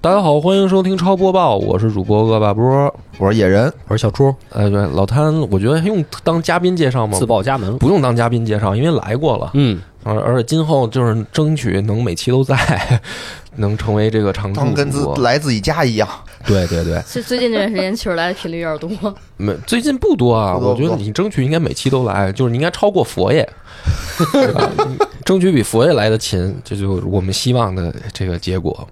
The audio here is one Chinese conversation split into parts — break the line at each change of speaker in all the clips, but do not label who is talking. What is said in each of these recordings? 大家好，欢迎收听超播报，我是主播恶霸波。
我是野人，
我是小猪，
哎，对，老摊，我觉得还用当嘉宾介绍吗？
自报家门。
不用当嘉宾介绍，因为来过了，
嗯，
而而且今后就是争取能每期都在， 能成为这个
嗯
常驻
当跟
主
自
播。
来自己家一样。
对对对，
最最近这段时间曲儿来的频率有点多，
没最近不多啊，
不多
我觉得
不多
你争取应该每期都来，就是你应该超过佛爷， 对吧争取比佛爷来的勤，这就是我们希望的这个结果。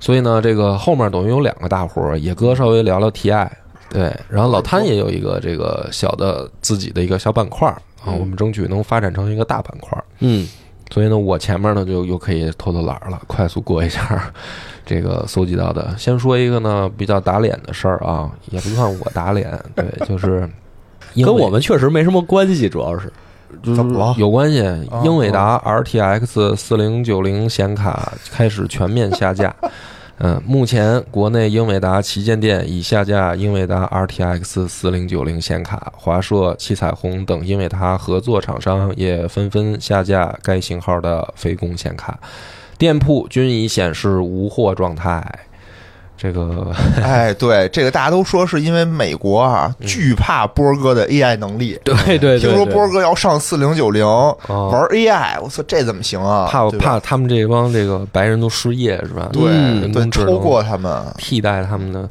所以呢，这个后面等于有两个大活儿，野哥稍微聊聊提爱，对，然后老摊也有一个这个小的自己的一个小板块儿啊，
嗯
我们争取能发展成一个大板块儿。
嗯，
所以呢，我前面呢就又可以偷偷懒儿了，快速过一下儿这个搜集到的。先说一个呢比较打脸的事儿啊，也不算我打脸，对，就是英伟
跟我们确实没什么关系，主要是
就是
怎么了
有关系。英伟达
啊
RTX 四零九零显卡开始全面下 架。嗯，目前国内英伟达旗舰店已下架英伟达 RTX 四零九零显卡，华硕、七彩虹等英伟达合作厂商也纷纷下架该型号的非公显卡，店铺均已显示无货状态。这个
哎，对，这个大家都说是因为美国啊惧怕波哥的 AI 能力，
对对嗯对
听说波哥要上四零九零
哦
玩 AI，我操，这怎么行啊？
怕
对吧
怕他们这帮这个白人都失业是吧？
对
嗯
人
对
工智能
超过他们，
替代他们的。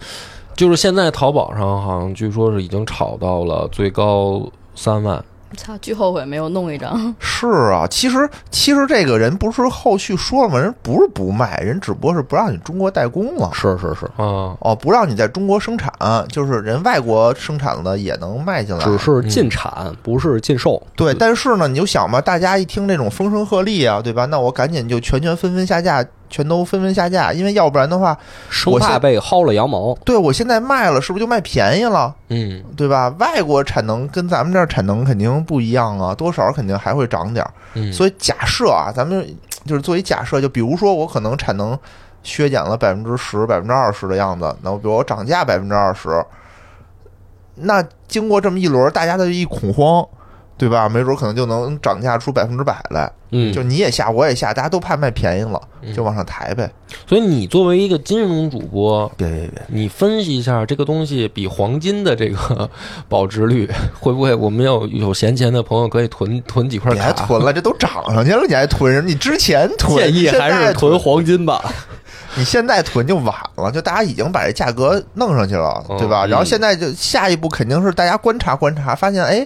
就是现在淘宝上好像据说是已经炒到了最高三万，
操，巨后悔没有弄一张。
是啊。其实其实这个人不是后续说了吗？人不是不卖，人只不过是不让你中国代工了。
是是是，
啊，
哦，不让你在中国生产，就是人外国生产的也能卖进来，
只是进产不是禁售，
对，但是呢，你就想吧，大家一听这种风声鹤唳啊，对吧？那我赶紧就全全纷纷下架，全都纷纷下架，因为要不然的话，
生
我
怕
现
被薅了羊毛。
对我现在卖了，是不是就卖便宜了，
嗯，
对吧？外国产能跟咱们这儿产能肯定不一样啊，多少肯定还会涨点儿。
嗯
所以假设啊，咱们就是作为假设，就比如说我可能产能削减了百分之十、百分之二十的样子，那我比如我涨价百分之二十，那经过这么一轮，大家的一恐慌，对吧？没准可能就能涨价出百分之百来，
嗯
就你也下，我也下，大家都怕卖便宜了，
嗯
就往上抬呗。
所以你作为一个金融主播，
别别别，
你分析一下这个东西比黄金的这个保值率 会不会？我们有有闲钱的朋友可以囤囤几块
你还
卡，
囤了，这都涨上去了，你还囤什么？你之前囤，
建议
现
还
在
是囤黄金吧。
你现在囤就晚了，就大家已经把这价格弄上去了，
哦
嗯
对吧？然后现在就下一步肯定是大家观察观察，发现哎，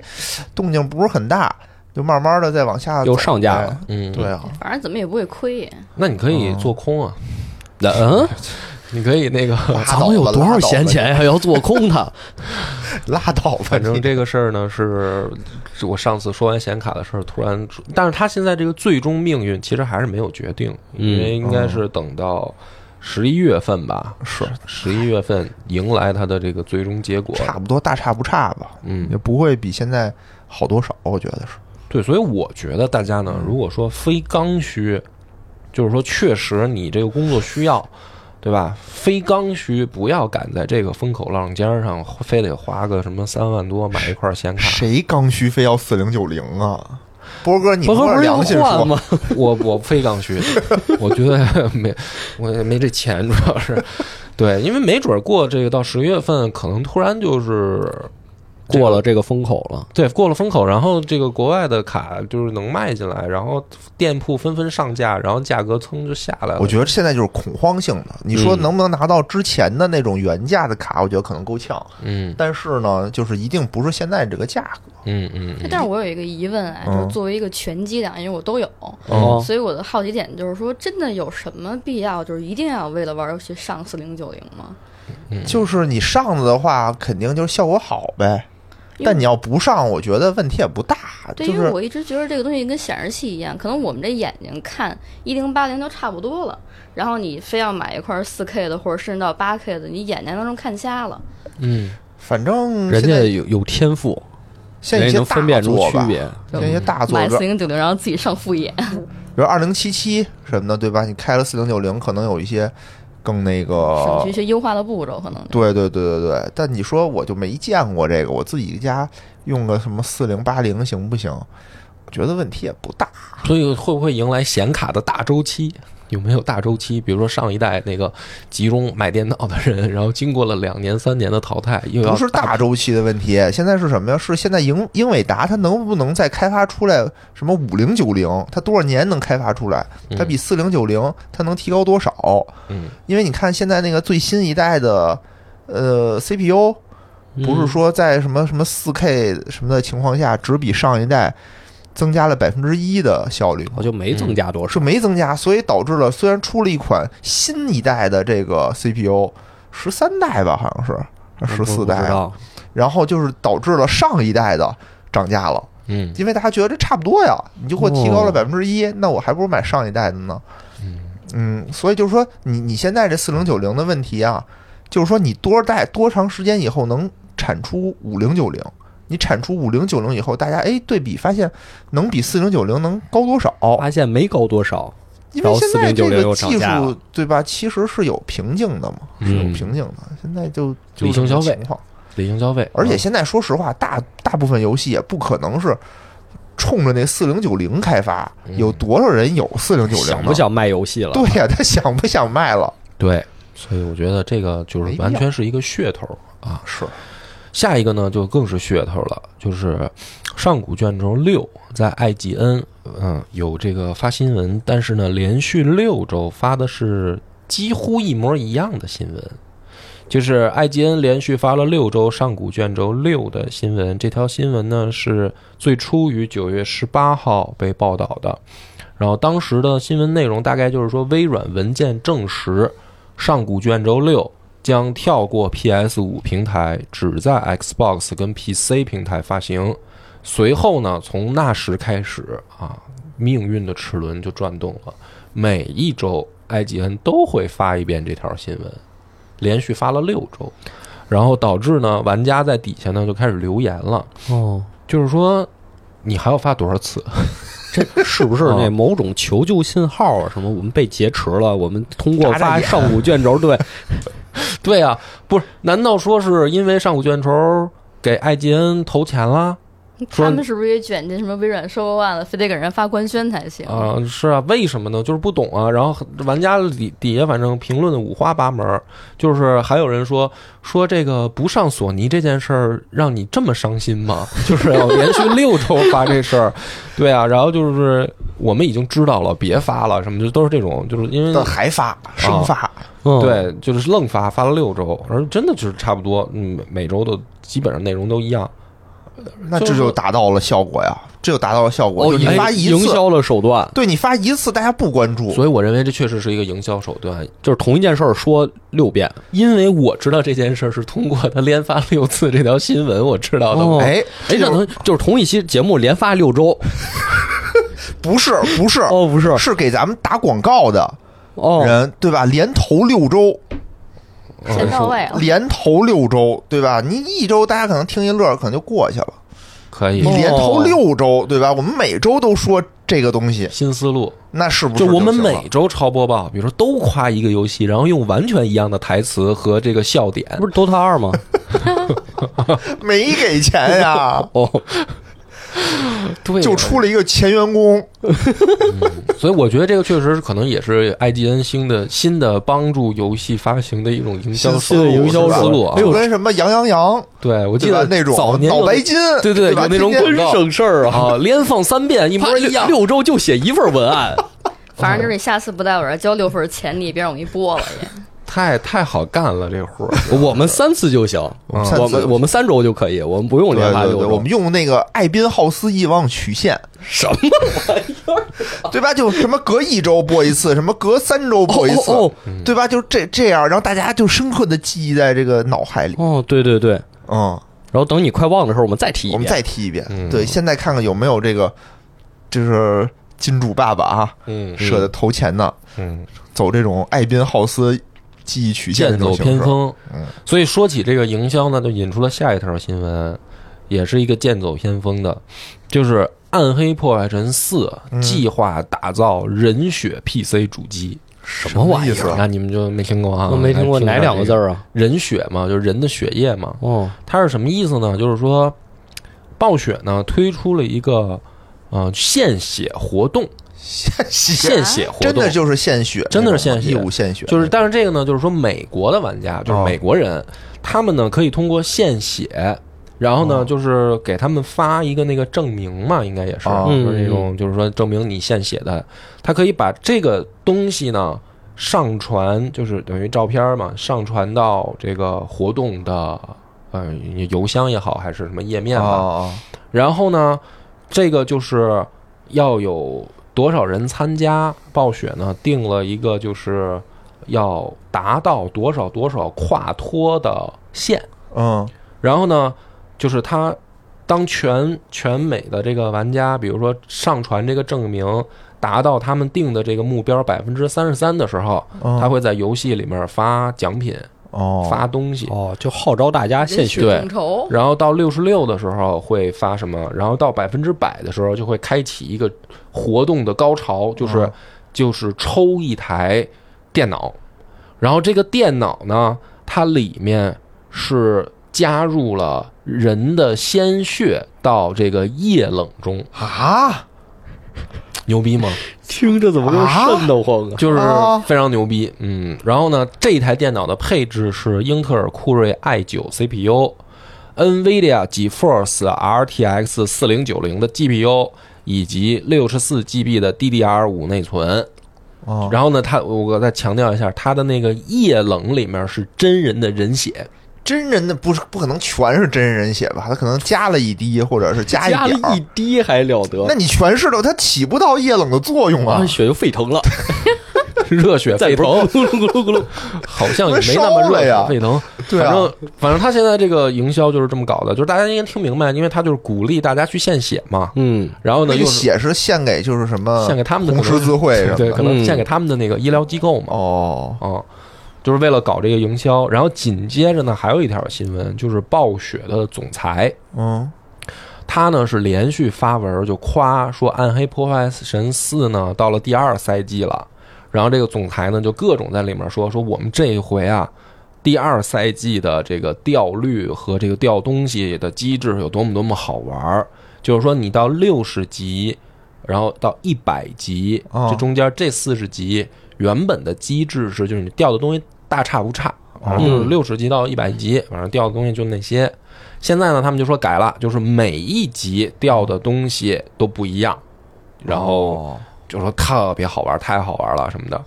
动静不是很大，就慢慢的再往下走
又上架了
嗯，
哎对，哦啊，
反正怎么也不会亏。
嗯
那你可以做空啊，
嗯，
你可以那个，
拉倒吧
咱们有多少闲钱呀？要做空 它。
拉倒吧，
反正
你
这个事儿呢，是是我上次说完显卡的事儿，突然，但是他现在这个最终命运其实还是没有决定，
嗯
因为应该是等到十一月份吧，是十一月份迎来它的这个最终结果。
差不多大差不差吧，
嗯
也，不会比现在好多少，我觉得是。
对，所以我觉得大家呢，
嗯
如果说非刚需，就是说确实你这个工作需要，对吧？非刚需不要赶在这个风口浪尖儿上，非得花个什么三万多买一块显
嗯
卡。
谁刚需非要四零九零啊？波哥，你
不
能
不
点
是要
良心
换
说，
吗？
我我非刚需，我觉得没我也没这钱，主要是对，因为没准儿过这个到十月份，可能突然就是这个
过了这个风口了，
对过了风口，然后这个国外的卡就是能卖进来，然后店铺纷纷上架，然后价格噌就下来了。
我觉得现在就是恐慌性的。你说
嗯
能不能拿到之前的那种原价的卡？我觉得可能够呛。
嗯
但是呢，就是一定不是现在这个价格。
嗯嗯嗯，
但是我有一个疑问啊，
嗯
就是作为一个拳击党，因为我都有，
哦，
所以我的好奇点就是说，真的有什么必要，就是一定要为了玩游戏上四零九零吗？
就是你上了的话，肯定就是效果好呗。
因为
但你要不上，我觉得问题也不大。就
对，因为
是
我一直觉得这个东西跟显示器一样，可能我们这眼睛看一零八零都差不多了，然后你非要买一块四 K 的或者甚至到八 K 的，你眼睛当中看瞎了。
嗯，
反正
人
现
家
在
有有天赋，
现在
人
一
家
些
能
大
分辨出
作
区
吧，
别。
像一些大作，
买
比
四
如比
零九零，然后自己上副眼，
如二零七七什么的，对吧？你开了四零九零，可能有一些更那
省
个
去一。些优化的步骤，可能
对对对对对，但你说我就没见过这个，我自己家用个什么四零八零行不行？我觉得问题也不大。
所以会不会迎来显卡的大周期？有没有大周期？比如说上一代那个集中买电脑的人，然后经过了两年三年的淘汰，又要
不是大周期的问题，现在是什么呀？是现在英英伟达它能不能再开发出来什么五零九零？它多少年能开发出来？它
嗯
比四零九零它能提高多少？
嗯
因为你看现在那个最新一代的呃 CPU，不
嗯
是说在什么什么四 K 什么的情况下，只比上一代增加了百分之一的效率吗，
我就没增加多
是
少，
没增加，所以导致了虽然出了一款新一代的这个 CPU，十三代吧，好像是十四代
我嗯不知
啊，
道
然后就是导致了上一代的涨价了，
嗯
因为大家觉得这差不多呀，你就给我提高了
哦
百分之一，那我还不如买上一代的呢。嗯所以就是说，你你现在这四零九零的问题啊，就是说你多少代多长时间以后能产出五零九零？你产出五零九零以后，大家哎对比发现能比四零九零能高多少？
发现没高多少，
因为现在这
然后
个
4090
技
又涨价了
术对吧，其实是有瓶颈的嘛，是有
嗯
瓶颈的。现在就就
理性
是这个
消费
情况。
理性消费，
而
啊嗯
且现在说实话，大大部分游戏也不可能是冲着那四零九零开发，有多少人有四零九零？
嗯想不？想卖游戏了？
对呀、他想不想卖了？
对，所以我觉得这个就是
没必要
完全是一个噱头啊。
是，
下一个呢，就更是噱头了，就是《上古卷轴六》在 IGN，嗯，有这个发新闻，但是呢，连续六周发的是几乎一模一样的新闻，就是 IGN 连续发了六周《上古卷轴六》的新闻。这条新闻呢是最初于九月十八号被报道的，然后当时的新闻内容大概就是说，微软文件证实，《上古卷轴六》将跳过 PS 5平台，只在 Xbox 跟 PC 平台发行。随后呢，从那时开始啊，命运的齿轮就转动了。每一周，IGN 都会发一遍这条新闻，连续发了六周，然后导致呢，玩家在底下呢就开始留言了，
哦，
就是说，你还要发多少次？
这是不是那某种求救信号啊？什么我们被劫持了，我们通过
眨眨
发
眼
上古卷轴 对
对啊，不是？难道说是因为上古卷轴给 IGN 投钱了？
他们是不是也卷进什么微软收购案了，非得给人发官宣才行？
啊、是啊，为什么呢？就是不懂啊。然后很玩家底底下反正评论的五花八门儿，就是还有人说说这个不上索尼这件事儿让你这么伤心吗？ 就是要连续六周发这事儿，对啊。然后就是我们已经知道了，别发了什么，就都是这种，就是因为
但还发
啊
生发，
嗯
对，就是愣发，发了六周，而真的就是差不多，嗯，每周都基本上内容都一样。
那这
就是
就达到了效果呀，这就达到了效果。
哦，
就是你
哎
发一
营
次，
销的手段
对你发一次，大家不关注，
所以我认为这确实是一个营销手段，
就是同一件事儿说六遍，
因为我知道这件事儿是通过他连发六次这条新闻我知道的。
哦
哎。
哎，那能就是同一期节目连发六周
不是不是，
哦，不是
是给咱们打广告的
哦，
人，对吧？连投六周，
钱到位啊了，
连投六周，对吧？你一周大家可能听一乐，可能就过去了。
可以
你，连投
哦
六周，对吧？我们每周都说这个东西，
新思路。
那是不是
就我们
行了
每周超播报，比如说都夸一个游戏，然后用完全一样的台词和这个笑点。
不是 DOTA 二吗？，
没给钱呀
哦，
对
就出了一个前员工，
所以我觉得这个确实可能也是 IGN 新的新的帮助游戏发行的一种营销
新
手
思路
营销
是吧
思路啊
哎。呦
就跟什么羊羊羊，
对，我记
对吧
得？
那种
早年有
脑白金，
对
对
对，
吧
有那种
天天
广告
事儿！
啊，连放三遍一
他
模一样。
六周就写一份文案，
反正就是你下次不带我这儿交六份钱，你也别让我给你播了也。
太太好干了这活儿，
我们三次就行，
们三次
我们我们三周就可以，我们不用
对
连发
对
六
对，
周。
我们用那个艾宾浩斯亿万曲线，
什么
啊
对吧？就什么隔一周播一次，什么隔三周播一次，
哦哦
对吧？就这这样，然后大家就深刻的记忆在这个脑海里。
哦，对对对，
嗯，
然后等你快忘的时候，我们再提一遍。
我们再提一遍。
嗯
对，现在看看有没有这个，就是金主爸爸啊
嗯
舍得投钱的，
嗯。
走这种艾宾浩斯记忆曲线
剑
这
走
种形式
偏。锋
嗯。
所以说起这个营销呢，就引出了下一条新闻，也是一个剑走偏锋的，就是《暗黑破坏神四
嗯》
计划打造人血 PC 主机。
什么玩
什
意
么意思啊
儿？
那你们就啊没听过啊？
我没听过
来
哪
一下
两个
这
字儿啊？
人血嘛，就是人的血液嘛。
哦，
它是什么意思呢？就是说，暴雪呢推出了一个呃献血活动，
献血，
献血活动，
真的就是献血，
真的是献血
义务献血，
就是，但是这个呢，就是说美国的玩家，就是
哦
美国人，他们呢可以通过献血，然后呢
哦
就是给他们发一个那个证明嘛，应该也是，
哦
就是那种就是说证明你献血的，他可以把这个东西呢上传，就是等于照片嘛，上传到这个活动的呃邮箱也好，还是什么页面啊
哦
吧，
哦，
然后呢，这个就是要有多少人参加暴雪呢？定了一个就是要达到多少多少跨脱的线。
哦
然后呢，就是他当全全美的这个玩家，比如说上传这个证明达到他们定的这个目标百分之三十三的时候，
嗯嗯，
他会在游戏里面发奖品、
哦
发东西。
哦，就号召大家献
人
血
血
对
众筹，
然后到六十六的时候会发什么？然后到百分之百的时候就会开启一个活动的高潮，就是、
嗯
就是抽一台电脑，然后这个电脑呢，它里面是加入了人的鲜血到这个液冷中，
啊，
牛逼吗？
听着怎么
啊
就瘆得慌啊？
就是
哦
非常牛逼，嗯。然后呢，这一台电脑的配置是英特尔酷睿 i 9 CPU、NVIDIA GeForce RTX 4090的 GPU 以及六十四 GB 的 DDR5 内存。
哦
然后呢，它我再强调一下，它的那个液冷里面是真人的人 血，
真人的不是不可能全是真人血吧？他可能加了一滴，或者是加一
加
点
了一
儿。
滴还了得？
那你全是的，它起不到液冷的作用
哎
啊
啊，！血就沸腾了，
热血
再
沸
不
腾
是，咕噜咕噜咕噜，
好像也没那么热血沸腾。
对
反
啊
正，反正他现在这个营销就是这么搞的，就是大家应该听明白，因为他就是鼓励大家去献血嘛。
嗯，
然后呢，
那
又
个
是
血是献给就是什么
献给他们的
嗯红
可能
十字会什么
对，
的
可能
嗯
献给他们的那个医疗机构嘛。
哦
哦，就是为了搞这个营销。然后紧接着呢，还有一条新闻，就是暴雪的总裁，
嗯
他呢是连续发文就夸说《暗黑破坏神四》呢到了第二赛季了，然后这个总裁呢就各种在里面说说我们这一回啊。第二赛季的这个掉率和这个掉东西的机制有多么多么好玩儿，就是说你到六十级，然后到一百级，
哦
这中间这四十级原本的机制是就是你掉的东西大差不差，反正就是
嗯
六十级到一百级，反正掉的东西就那些。现在呢，他们就说改了，就是每一集掉的东西都不一样，然后
哦
就说特别好玩，太好玩了什么的。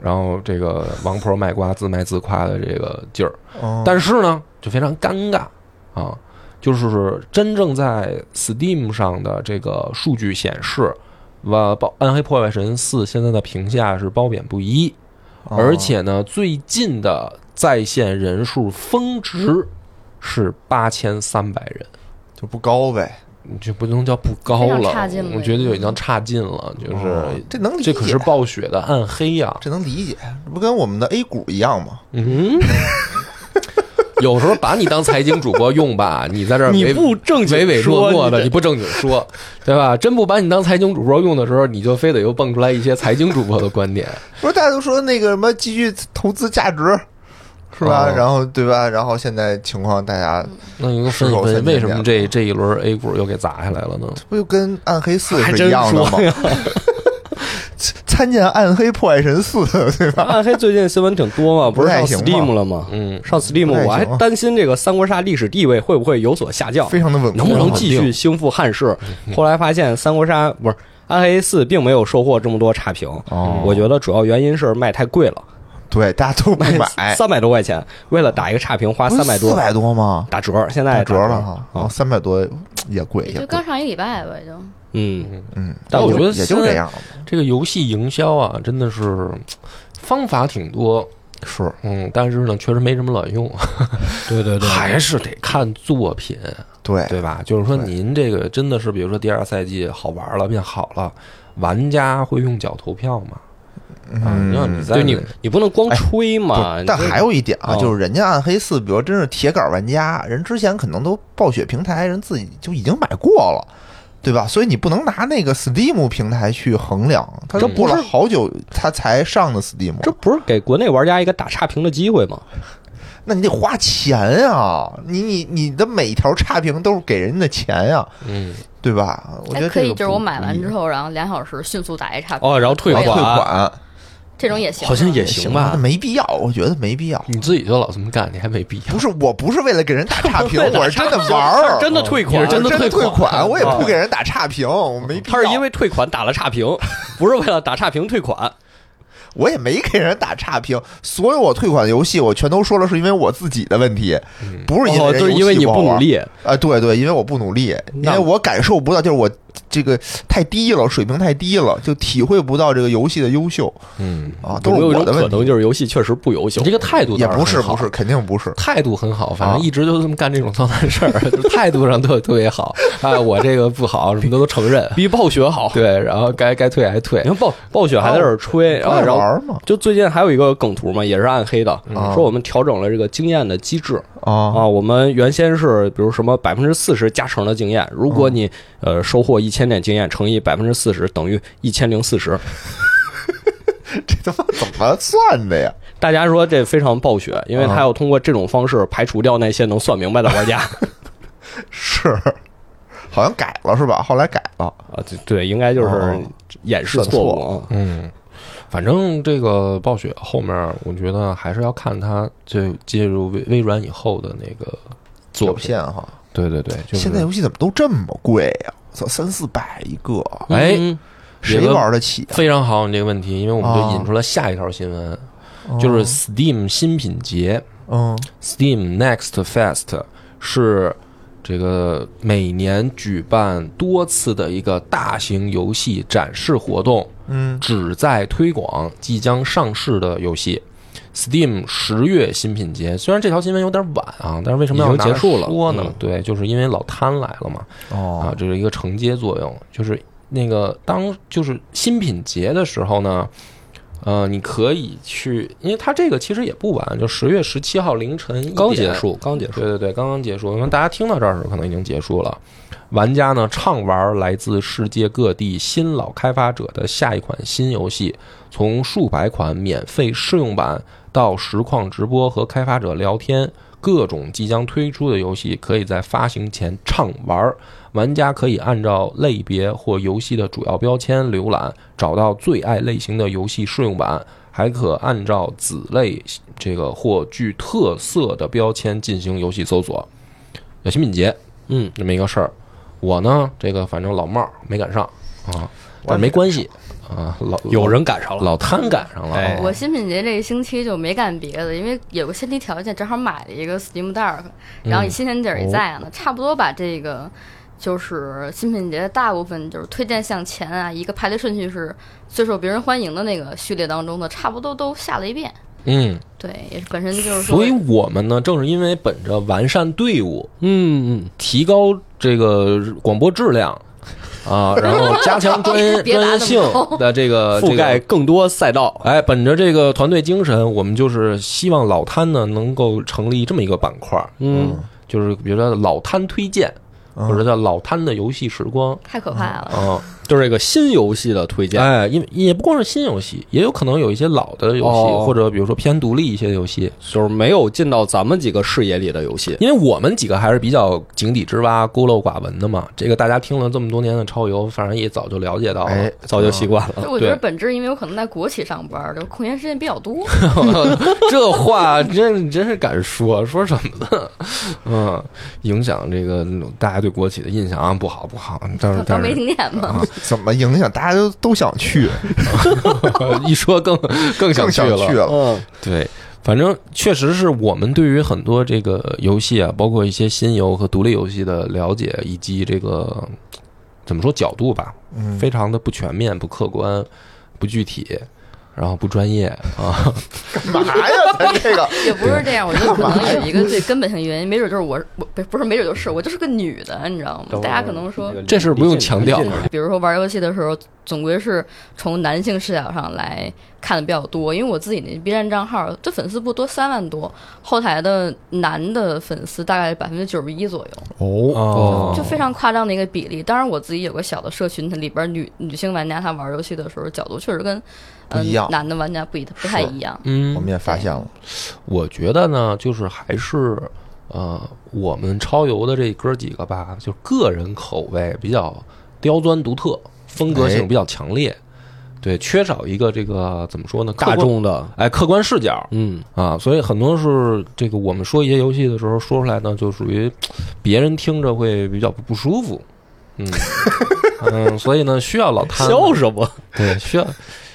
然后这个王婆卖瓜自卖自夸的这个劲儿，
嗯
但是呢，就非常尴尬啊。就是真正在 Steam 上的这个数据显示，呃，包《暗黑破坏神四》现在的评价是褒贬不一，
哦
而且呢，最近的在线人数峰值是八千三百人。
就不高呗，
这不能叫不高
非
了
常差劲了，
我觉得就已经差劲了，就
哦
是
这能理
这
解，
可是暴雪的暗黑呀、
这能理解，这不跟我们的 A 股一样吗？
嗯， 有时候把你当财经主播用吧，你在这儿
你
唯
不正经
唯唯诺诺
说你
的，
这
你不正经说，对吧？真不把你当财经主播用的时候，你就非得又蹦出来一些财经主播的观点，
不是大家都说那个什么基于投资价值是吧？
哦
然后对吧？然后现在情况大家
嗯
那你给我分
是
析
有
分析，
三千点
为什么这这一轮 A 股又给砸下来了呢？
不就跟暗黑四
还
是
真
一样的吗
说？呀。
参见暗黑破坏神四，对吧？
暗黑啊最近新闻挺多嘛，不是上
不太行嘛
Steam 了吗？
嗯，
上 Steam
不太行
我还担心这个三国杀历史地位会不会有所下降，
非常的稳固，
哦能不能继
嗯
续兴复汉室？后来发现三国杀不是暗黑四并没有收获这么多差评，
哦
我觉得主要原因是卖太贵了，
对，大家都不买，
三百多块钱，为了打一个差评花三百
四
多，
百多吗？
打折，现在
打折了哈，
啊
哦，三百多也贵，
也
也贵
就刚，上一礼拜吧，也就
嗯，
嗯，
但
也
我
觉
就
得
也就
现在
这样了，
这个游戏营销啊，真的是方法挺多，
是
嗯，但是呢，确实没什么卵用，
对对
还是得看作品，
对，
对吧？就是说，
对
您这个真的是，比如说第二赛季好玩了，变好了，玩家会用脚投票吗？啊，你让你在
对你你不能光
哎
吹
嗯不
嘛，你
但
这
还有一点啊，
哦
就是人家暗黑四，比如真是铁杆玩家，人之前可能都暴雪平台人自己就已经买过了，对吧？所以你不能拿那个 Steam 平台去衡量，它
这
都
不
过了
是
好久它才上的 Steam，
这不是给国内玩家一个打差评的机会吗？
那你得花钱呀、你你你的每一条差评都是给人家的钱呀、
嗯，
对吧？我觉
哎，
得
可
这
以，
个
就是我
不
买完之
不一样
后，然后两小时迅速打一差评，
哦，然后退
然后啊退
款，
款
这种也行吗，啊
好像也行
行啊
吧
那没必要，我觉得没必要。
你自己就老这么干，你还没必要。
不是，我不是为了给人打差评，我是真的玩
他
儿，
是 哦真的退
你
款，
是
我是真的退
款
我也不
啊
给人打差评，我没必要。
他是因为退款打了差评，不是为了打差评退款。
我也没给人打差评，所有我退款的游戏，我全都说了是因为我自己的问题，
嗯
不是因
哦，
为人游
就是
戏
因为你
不好
不努
玩
力，
啊，对对，因为我不努力，因
那
为我感受不到，就是我这个太低了，水平太低了，就体会不到这个游戏的优秀
嗯，
啊，
有
都
没
是
有一
我
种
的
可
问
能
题，
就是游戏确实不优秀
你这？个态度
也
倒
不是
很好
不是，肯定不是。
态度很好，反
啊
正一直就这么干这种操蛋事儿，就 态度上特特别好。啊，我这个不好，什么都都承认。
比暴雪好。
对，然后该该退还退哦
你。看暴暴雪还在这儿吹，然
不
后
爱
哎然后
玩嘛
就最近还有一个梗图嘛，也是暗黑的，
嗯
说我们调整了这个经验的机制
啊
哦
啊。我们原先是比如什么百分之四十加成的经验，如果你
哦
呃收获一千点经验乘以百分之四十等于一千零四十。
这他妈怎么算的呀？
大家说这非常暴雪，
哦
因为
啊
他要通过这种方式排除掉那些能算明白的玩家
是，好像改了是吧？后来改了，
啊。对对，应该就是
哦
演示
算
错
错
误啊。
嗯，反正这个暴雪后面，我觉得还是要看他这介入微微软以后的那个作
表
品。
现哈。
对对对，就是
现在游戏怎么都这么贵呀？我操，三四百一个，
哎
嗯
谁
别问
玩得起啊？
非常好，你这个问题，因为我们
啊
就引出了下一条新
哦
闻，就是 Steam 新品节。
嗯
Steam Next Fest 是这个每年举办多次的一个大型游戏展示活动，
嗯
旨在推广即将上市的游戏。Steam 十月新品节，虽然这条新闻有点晚啊，但是为什么要
已经结束了
拿来说呢
嗯？
对，就是因为老贪来了嘛，啊
哦，
这是一个承接作用，就是那个当就是新品节的时候呢，呃，你可以去，因为它这个其实也不晚，就十月十七号凌晨一点
刚结，束，刚结束。
对对对，刚刚结束。那大家听到这儿的时候可能已经结束了。玩家呢畅玩来自世界各地新老开发者的下一款新游戏，从数百款免费试用版到实况直播和开发者聊天，各种即将推出的游戏可以在发行前畅玩儿。玩家可以按照类别或游戏的主要标签浏览，找到最爱类型的游戏试用版，还可按照子类这个或具特色的标签进行游戏搜索。有新敏捷
嗯，
这么一个事儿，我呢这个反正老帽儿没赶上啊，
我也
但
没
没关系啊，老
有人赶上了。
老摊赶上了
哎
啊，
我新品节这一星期就没干别的，因为有个先提条件，正好买了一个 Steam Deck，然
嗯
后新鲜劲儿也在
哦
呢，差不多把这个就是新品节的大部分就是推荐向前啊，一个排列顺序是最受别人欢迎的那个序列当中的，差不多都下了一遍。
嗯，
对，也本身就是说
所以我们呢正是因为本着完善队伍，
嗯嗯，
提高这个广播质量 啊，然后加强专业
别
专业
打那么
性
高
的这个
覆盖
这个
更多赛道。
哎，本着这个团队精神，我们就是希望老摊呢能够成立这么一个板块儿，
嗯，
就是比如说老摊推荐，
啊
嗯
或者叫老摊的游戏时光
太可怕了。
啊。
就是这个新游戏的推荐。
哎，因为也不光是新游戏，也有可能有一些老的游戏，
哦
或者比如说偏独立一些的游戏。
就是没有进到咱们几个视野里的游戏。
因为我们几个还是比较井底之蛙、孤陋寡闻的嘛，这个大家听了这么多年的超游，反正也早就了解到了。
哎
早就习惯了，
我觉得
啊对
本质因为我可能在国企上班，就空闲时间比 较多。
这话真真是敢说，说什么呢？嗯，影响这个大家对国企的印象啊，不好不好。但是
当
但
没
是
听见吗？
嗯
啊
怎么影响？大家都都想去，
一说更更想
更
去
想
了
去。了。
嗯，
对，反正确实是我们对于很多这个游戏啊，包括一些新游和独立游戏的了解，以及这个怎么说角度吧，
嗯，
非常的不全面、不客观、不具体，然后不专业啊。
干嘛呀？咱这 个
也不是这样，我觉得可能有一个最根本性原因，没准就是我我不不是没准就是我就是个女的，你知道吗？大家可能说，
这事儿不用强调
比如说玩游戏的时候总归是从男性视角上来看的比较多，因为我自己那 B 站账号这粉丝不多，三万多，后台的男的粉丝大概百分之九十一左右。
哦，
哦，
就非常夸张的一个比例。当然，我自己有个小的社群，它里边女女性玩家她玩游戏的时候角度确实跟
不
嗯、
一样
男的玩家不一不太
是
一样。
嗯
我们也发现了，
我觉得呢，就是还是呃，我们超游的这哥几个吧，就个人口味比较刁钻独特，风格性比较强烈，对，缺少一个这个怎么说呢，客
大
观
众的，
哎客观视角
嗯，
啊，所以很多是这个我们说一些游戏的时候说出来呢，就属于别人听着会比较不舒服，嗯嗯，所以呢，需要老摊
笑什么？
对，需要，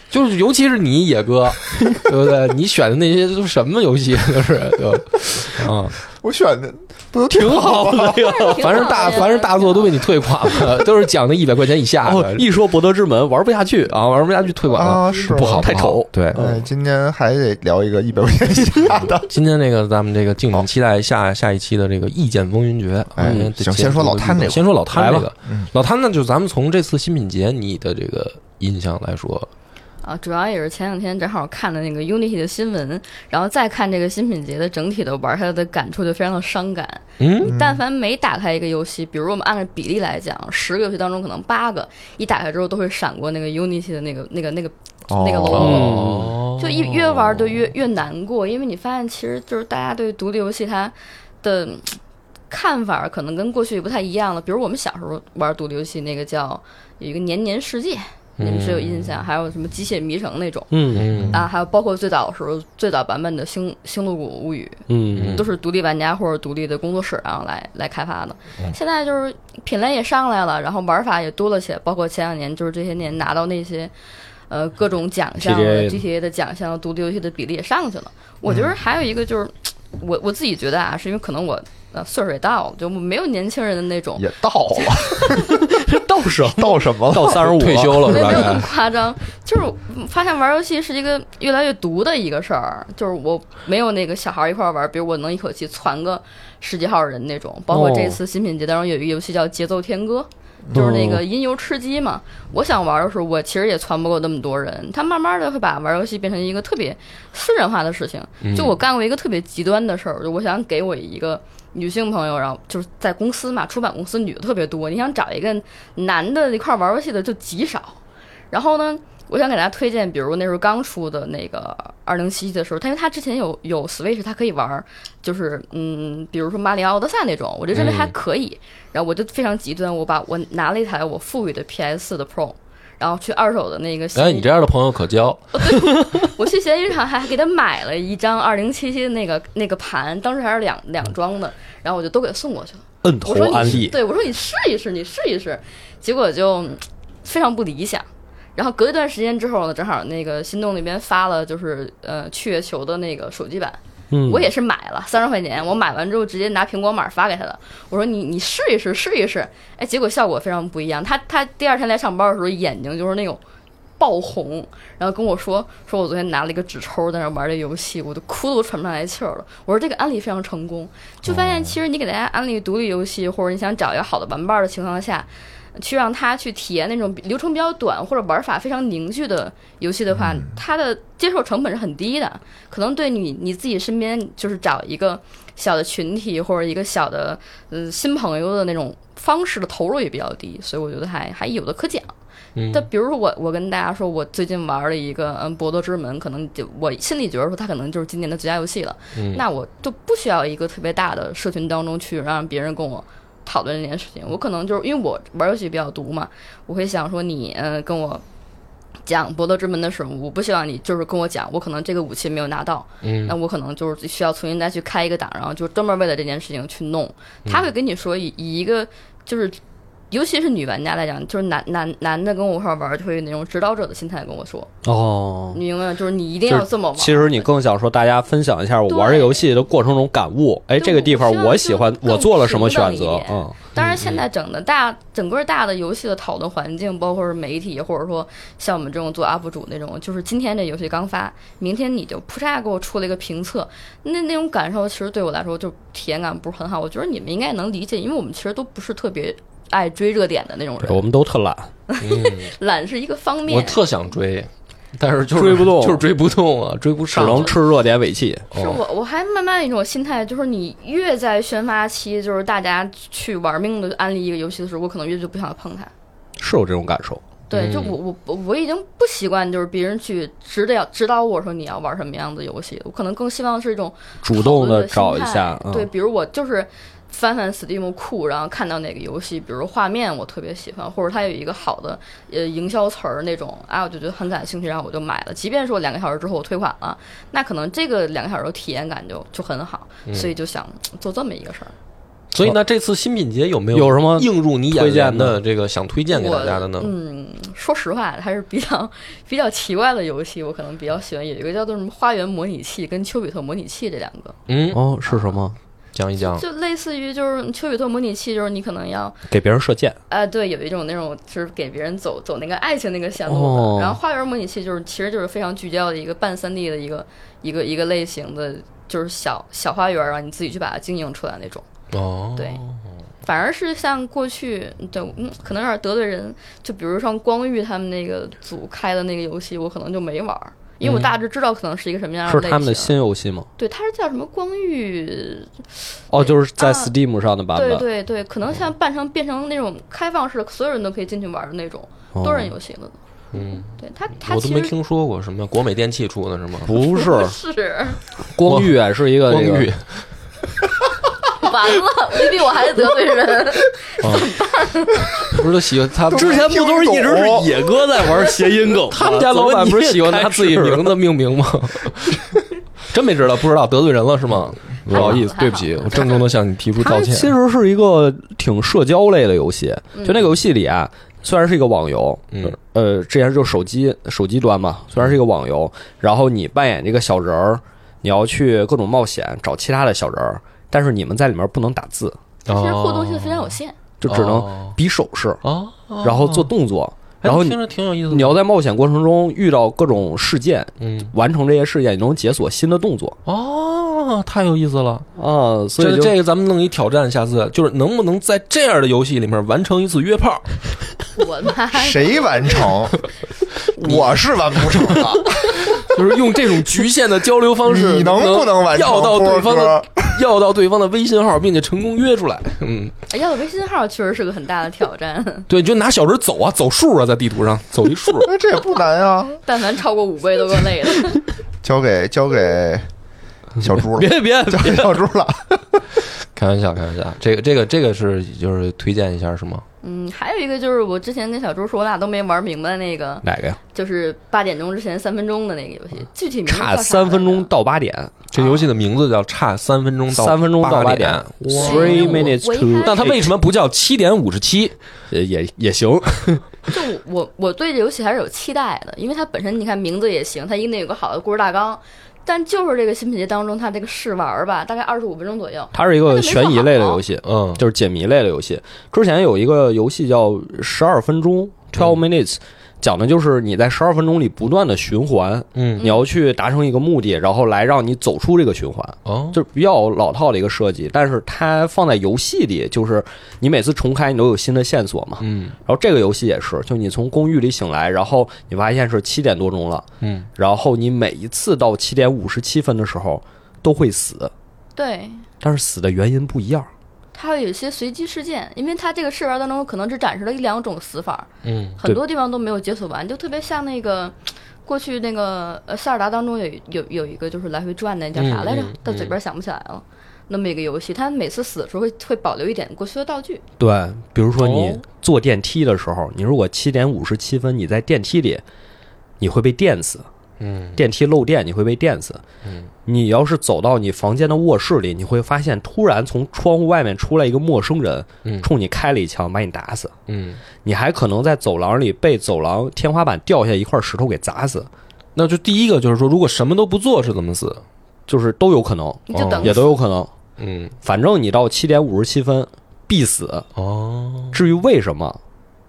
就是尤其是你野哥，对不对？你选的那些都什么游戏，就是就啊，
我选的不都
挺好
吗？
的呀。
凡是大凡是大作都被你退款了，都是讲的一百块钱以下
哦
的，
一说博德之门玩不下去，
啊，玩不下去退款了，
啊，是
不好嗯
吗
太
不好
丑
对，
哎，今天还得聊一个一百块钱以下的。
今天这个咱们这个敬请期待下下一期的这个《意见风云决》。
哎
嗯
行先说老摊这个
先说老摊这个
嗯。
老摊呢，就咱们从这次新品节你的这个印象来说，
啊，主要也是前两天正好看的那个 Unity 的新闻，然后再看这个新品节的整体的玩下来的感触，就非常的伤感。
嗯，
但凡每打开一个游戏，比如我们按照比例来讲，十个游戏当中可能八个一打开之后都会闪过那个 Unity 的那个那个那个那个
哦
嗯
logo。
哦
就一越玩就越越难过，因为你发现其实就是大家对独立游戏它的嗯看法可能跟过去不太一样了。比如我们小时候玩独立游戏，那个叫有一个年年世界，你们是有印象，还有什么机械迷城那种。
嗯
嗯
啊，还有包括最早的时候，最早版本的星《星露谷物语》，
嗯
都是独立玩家或者独立的工作室然后来来开发的。现在就是品类也上来了，然后玩法也多了些，包括前两年就是这些年拿到那些。呃，各种奖项
TGA
GTA 的奖项，独立游戏的比例也上去了。我觉得还有一个就是，我我自己觉得啊，是因为可能我呃岁数也到了，就没有年轻人的那种，
也到了，
这 到什么？
到什么了？
啊到三 十五啊
退休了是
没有没有那
吧哎
么？夸张。就是发现玩游戏是一个越来越毒的一个事儿，就是我没有那个小孩儿一块儿玩，比如我能一口气攒个十几号人那种。包括
哦
这次新品节当中有一个游戏叫《节奏天歌》。就是那
哦
个音游吃鸡嘛，我想玩的时候，我其实也攒不够那么多人。他慢慢的会把玩游戏变成一个特别私人化的事情。
嗯
就我干过一个特别极端的事儿，就我想给我一个女性朋友，然后就是在公司嘛，出版公司女的特别多，你想找一个男的一块儿玩游戏的就极少。然后呢，我想给大家推荐，比如那时候刚出的那个二零七的时候，它因为它之前有有 Switch，它可以玩儿，就是嗯，比如说《马里奥奥德赛》那种，我就认为还可以。
嗯
然后我就非常极端，我把我拿了一台我富裕的 PS 四的 Pro。然后去二手的那个闲鱼，
哎，你这样的朋友可交，
我去闲鱼上还给他买了一张二零七七的那个那个盘，当时还是两
嗯
两装的，然后我就都给送过去了。
摁
我
头
说
安
你
利
对我说你试一试，你试一试，结果就嗯非常不理想。然后隔一段时间之后呢，正好那个心动那边发了，就是呃去月球的那个手机版，
嗯
我也是买了三十块钱，我买完之后直接拿苹果码发给他的，我说你你试一试试一试，哎，结果效果非常不一样。他他第二天来上班的时候眼睛就是那种爆红，然后跟我说说我昨天拿了一个纸抽在那玩这游戏，我都哭都喘不上来气儿了。我说这个案例非常成功，就发现其实你给大家安利独立游戏，或者你想找一个好的玩伴儿的情况下。去让他去体验那种比流程比较短或者玩法非常凝聚的游戏的话，它的接受成本是很低的。可能对你你自己身边就是找一个小的群体或者一个小的嗯新朋友的那种方式的投入也比较低，所以我觉得还还有的可讲。
嗯
但比如说我我跟大家说，我最近玩了一个嗯《博德之门》，可能就我心里觉得说它可能就是今年的最佳游戏了，
嗯
那我就不需要一个特别大的社群当中去让别人跟我。讨论这件事情，我可能就是因为我玩游戏比较毒嘛，我会想说你，嗯，跟我讲《博德之门》的时候，我不希望你就是跟我讲，我可能这个武器没有拿到，
嗯
那我可能就是需要重新再去开一个档，然后就专门为了这件事情去弄。他会跟你说以以一个就是，尤其是女玩家来讲，就是男男男的跟我一块儿玩，就会有那种指导者的心态跟我说，
哦。
你明白吗？就是你一定要这么玩。
其实你更想说，大家分享一下我
对
玩这游戏的过程中感悟。哎，
对
这个地方我喜欢
我，希望
我做了什么选择
更平？等
嗯，
当然，现在整的大整个大的游戏的讨论环境，包括是媒体，或者说像我们这种做 UP 主那种，就是今天这游戏刚发，明天你就扑嚓给我出了一个评测，那那种感受其实对我来说就体验感不是很好。我觉得你们应该能理解，因为我们其实都不是特别爱追热点的那种
对
人。
我们都特懒。
嗯，
懒是一个方
我
面，啊
特想追，但是就是
追不动
就是追不动啊，追不
只
上，
能吃热点尾气。
是
哦
我我还慢慢有一种心态，就是你越在宣发期，就是大家去玩命的安利一个游戏的时候，我可能越就不想碰它。
是有这种感受，
对，就
嗯
我我我我已经不习惯，就是别人去指导指导我说你要玩什么样的游戏，我可能更希望是一种
主动
的
的找一下，
对，
嗯，
比如我就是翻翻 Steam 库，然后看到哪个游戏，比如画面我特别喜欢，或者它有一个好的呃营销词儿那种，啊，我就觉得很感兴趣，然后我就买了。即便说两个小时之后我退款了，那可能这个两个小时的体验感就就很好，所以就想做这么一个事儿。
所以呢，这次新品节有没
有什么
映入你眼
推荐
帘
的
的这个想推荐给大家的呢
我？嗯，说实话，还是比较比较奇怪的游戏，我可能比较喜欢有一个叫做什么《花园模拟器》跟《丘比特模拟器》这两个，
嗯，
哦，是什么？
讲一讲。
就类似于就是《丘比特模拟器》，就是你可能要
给别人射箭，
啊，对，有一种那种就是给别人走走那个爱情那个线路的。
哦
然后花园模拟器就是其实就是非常聚焦的一个半三 D 的一个一个一个类型的，就是小小花园儿，然啊后你自己去把它经营出来那种。
哦，
对，反而是像过去对，嗯，可能有点得罪人，就比如像光遇他们那个组开的那个游戏，我可能就没玩儿。因为我大致知道可能是一个什么样
嗯是
的类型，
他们的新游戏吗？
对，它是叫什么光遇
哦，就是在
啊
Steam 上的版
对
本，
对对，可能像办成变成那种开放式的，所有人都可以进去玩的那种
哦
多人游戏了。
嗯，
对他，他
我都
其
没
实
听说过什么国美电器出的是 吗？
不是
不是，
光遇啊，是一个
光
这个
遇，
完了，你比我还得罪人。
不是他喜欢他
之前不都是一直是野哥在玩谐音梗吗？
他们家老板不是喜欢拿自己名字命名吗？真没 知道， 不知道得罪人了是吗？不好意思，对不起，我郑重的向你提出
它
道
其
歉。
实是一个挺社交类的游戏，就那个游戏里啊，虽然是一个网游，
嗯，
呃，之前就是手机手机端嘛，虽然是一个网游，然后你扮演这个小人儿，你要去各种冒险，找其他的小人儿，但是你们在里面不能打字，
其实互动性非常有限，
就只能
哦
比手势，
啊，
然后做动作，
哎
然后你
听着挺有意思的。
你要在冒险过程中遇到各种事件，
嗯
完成这些事件，你能解锁新的动作
哦，太有意思了。
啊，所以
这
就
这个咱们弄一挑战，下次就是能不能在这样的游戏里面完成一次约炮？
我的妈呀！
谁完成？我是完不成的。
就是用这种局限的交流方式，
你能不能完成
要到对方
波
的
哥
要到对方的微信号，并且成功约出来？嗯，
哎要有微信号确实是个很大的挑战，
对，就拿小人走啊，走数啊，在地图上走一
啊
数。
那这也不难呀，
但凡超过五倍都够累的。
交给交给小猪了
别， 别
交给小猪了。
开玩笑，开玩笑，这个这个这个是就是推荐一下是吗？
嗯，还有一个就是我之前跟小猪说，我俩都没玩明白那个，
哪个呀？
就是八点钟之前三分钟的那个游戏，具体名字叫啥
差
来着
三分钟到八点，
这游戏的名字叫差三分钟到
三分钟到
八哦
八点
哇
，three minutes
哎我一开
to，
始
但它为什么不叫七点五十七？
也也也行，
就我我对这游戏还是有期待的，因为它本身你看名字也行，它一定有个好的故事大纲，但就是这个新品节当中它这个试玩儿吧，大概二十五分钟左右。
它是一个悬疑类
啊
的游戏，
嗯，
就是解谜类的游戏。之前有一个游戏叫《十二分钟》（Twelve Minutes），讲的就是你在十二分钟里不断的循环，
嗯，
你要去达成一个目的，然后来让你走出这个循环。
哦，
就是比较老套的一个设计，但是它放在游戏里，就是你每次重开你都有新的线索嘛。
嗯
然后这个游戏也是，就你从公寓里醒来，然后你发现是七点多钟了，
嗯，
然后你每一次到七点五十七分的时候都会死，
对，
但是死的原因不一样。
它会有一些随机事件，因为它这个试玩儿当中可能只展示了一两种死法，
嗯，
很多地方都没有解锁完，就特别像那个。过去那个呃塞尔达当中有有有一个就是来回转那叫啥来着
嗯嗯，
到嘴边想不起来了。那么一个游戏，它每次死的时候会会保留一点过去的道具，
对，比如说你
哦
坐电梯的时候，你如果七点五十七分你在电梯里，你会被电死。
嗯，
电梯漏电你会被电死。
嗯，
你要是走到你房间的卧室里，你会发现突然从窗户外面出来一个陌生人，
嗯
冲你开了一枪，把你打死。
嗯，
你还可能在走廊里被走廊天花板掉下一块石头给砸死，
那就第一个就是说，如果什么都不做是怎么死？
就是都有可能，
你就
哦
等
也都有可能。
嗯，
反正你到七点五十七分必死。
哦，
至于为什么，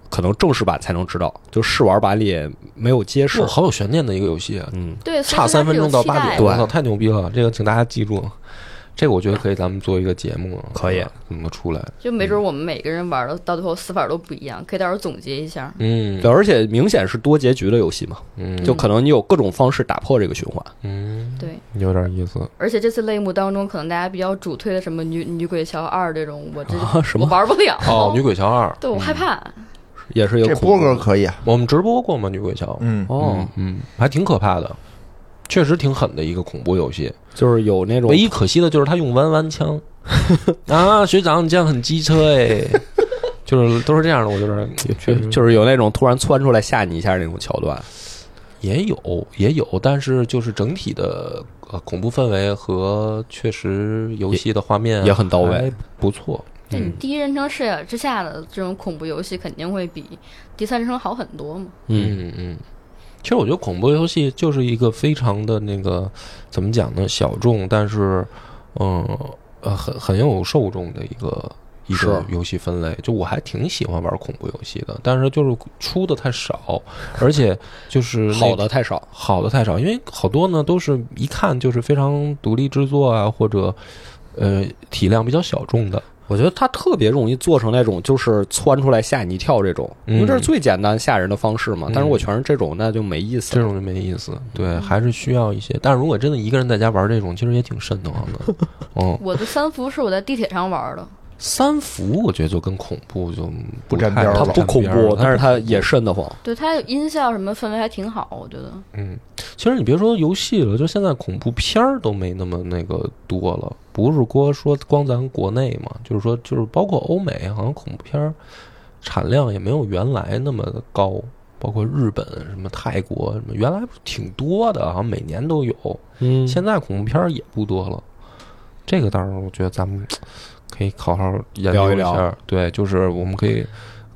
可能正式版才能知道，就试玩版里没有揭示
是。好有悬念的一个游戏啊，
嗯，
对，所
差
以说它
三
是
分
有
钟到
期
八
待
点，
的
我操，太牛逼了！这个请大家记住，这个我觉得可以，咱们做一个节目，啊
可以
怎么出来？
就没准我们每个人玩的到最后死法都不一样，可以到时候总结一下。
嗯
对，而且明显是多结局的游戏嘛，
嗯
就可能你有各种方式打破这个循 环。
嗯，
对，
有点意思。
而且这次类目当中，可能大家比较主推的什么女女鬼桥二这种，我这、
啊什么
我玩不了。
哦，女鬼嗯桥二，
对我害怕。
也是一
这
个
波
恐怖
哥可以啊，
我们直播过吗？女鬼桥，
嗯，
哦，
嗯，还挺可怕的，确实挺狠的一个恐怖游戏。
就是有那种
唯一可惜的就是他用弯弯 枪啊，学长你这样很机车哎，就是都是这样的，我 就是
就就是有那种突然窜出来吓你一下那种桥段。
也有也有，但是就是整体的呃恐怖氛围和确实游戏的画面啊
也也很到位，
不错。
对你第一人称视角之下的这种恐怖游戏，肯定会比第三人称好很多嘛。
嗯，
嗯嗯，其实我觉得恐怖游戏就是一个非常的那个怎么讲呢，小众，但是嗯呃很很有受众的一个。一个
是
游戏分类，就我还挺喜欢玩恐怖游戏的，但是就是出的太少，而且就是嗯那
好的太少。
好的太少，因为好多呢都是一看就是非常独立制作啊，或者呃体量比较小众的。
我觉得它特别容易做成那种就是窜出来吓你一跳这种，
嗯
因为这是最简单吓人的方式嘛。
嗯
但是我全是这种，那就没意思
这
了。
种就没意思，对，还是需要一些。但如果真的一个人在家玩这种，其实也挺瘆得慌 的。哦，
我的三伏是我在地铁上玩的，
三伏我觉得就跟恐怖就
不
太
沾边儿
它
了
它不恐怖，但是
它
它也瘆得慌。
对它有音效什么氛围还挺好，我觉得。
嗯，其实你别说游戏了，就现在恐怖片儿都没那么那个多了。不是光说光咱国内嘛，就是说就是包括欧美，好像恐怖片儿产量也没有原来那么的高。包括日本、什么泰国、什么，原来挺多的，好像每年都有。
嗯
现在恐怖片儿也不多了，这个当然我觉得咱们可以好好研究
聊一
下。
聊
对，就是我们可以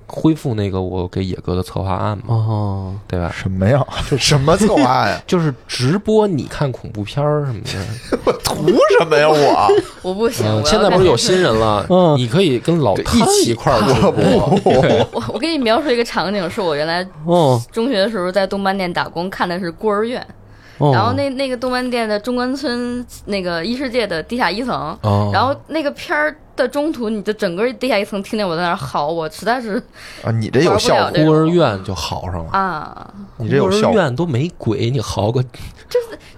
恢复那个我给野哥的策划案嘛，
哦，
对吧？
什么呀？什么策划呀？
就是直播你看恐怖片儿什么的。
图什么呀？我
我不行，
呃
我
嗯现在不是有新
人？
人了，
嗯
你可以跟老
对
汤
一起
块儿直播。
哎
我我给你描述一个场景，是我原来
哦，
中学的时候在动漫店打工，看的是孤儿院，
哦
然后那那个动漫店的中关村那个异世界的地下一层，
哦
然后那个片儿的中途，你就整个地下一层听见我在那儿嚎，我实在是
啊，你这有效
玩
果
不了，
孤儿院就好上了，
啊，
你这有
孤
效
儿
果。
院都没鬼，你嚎个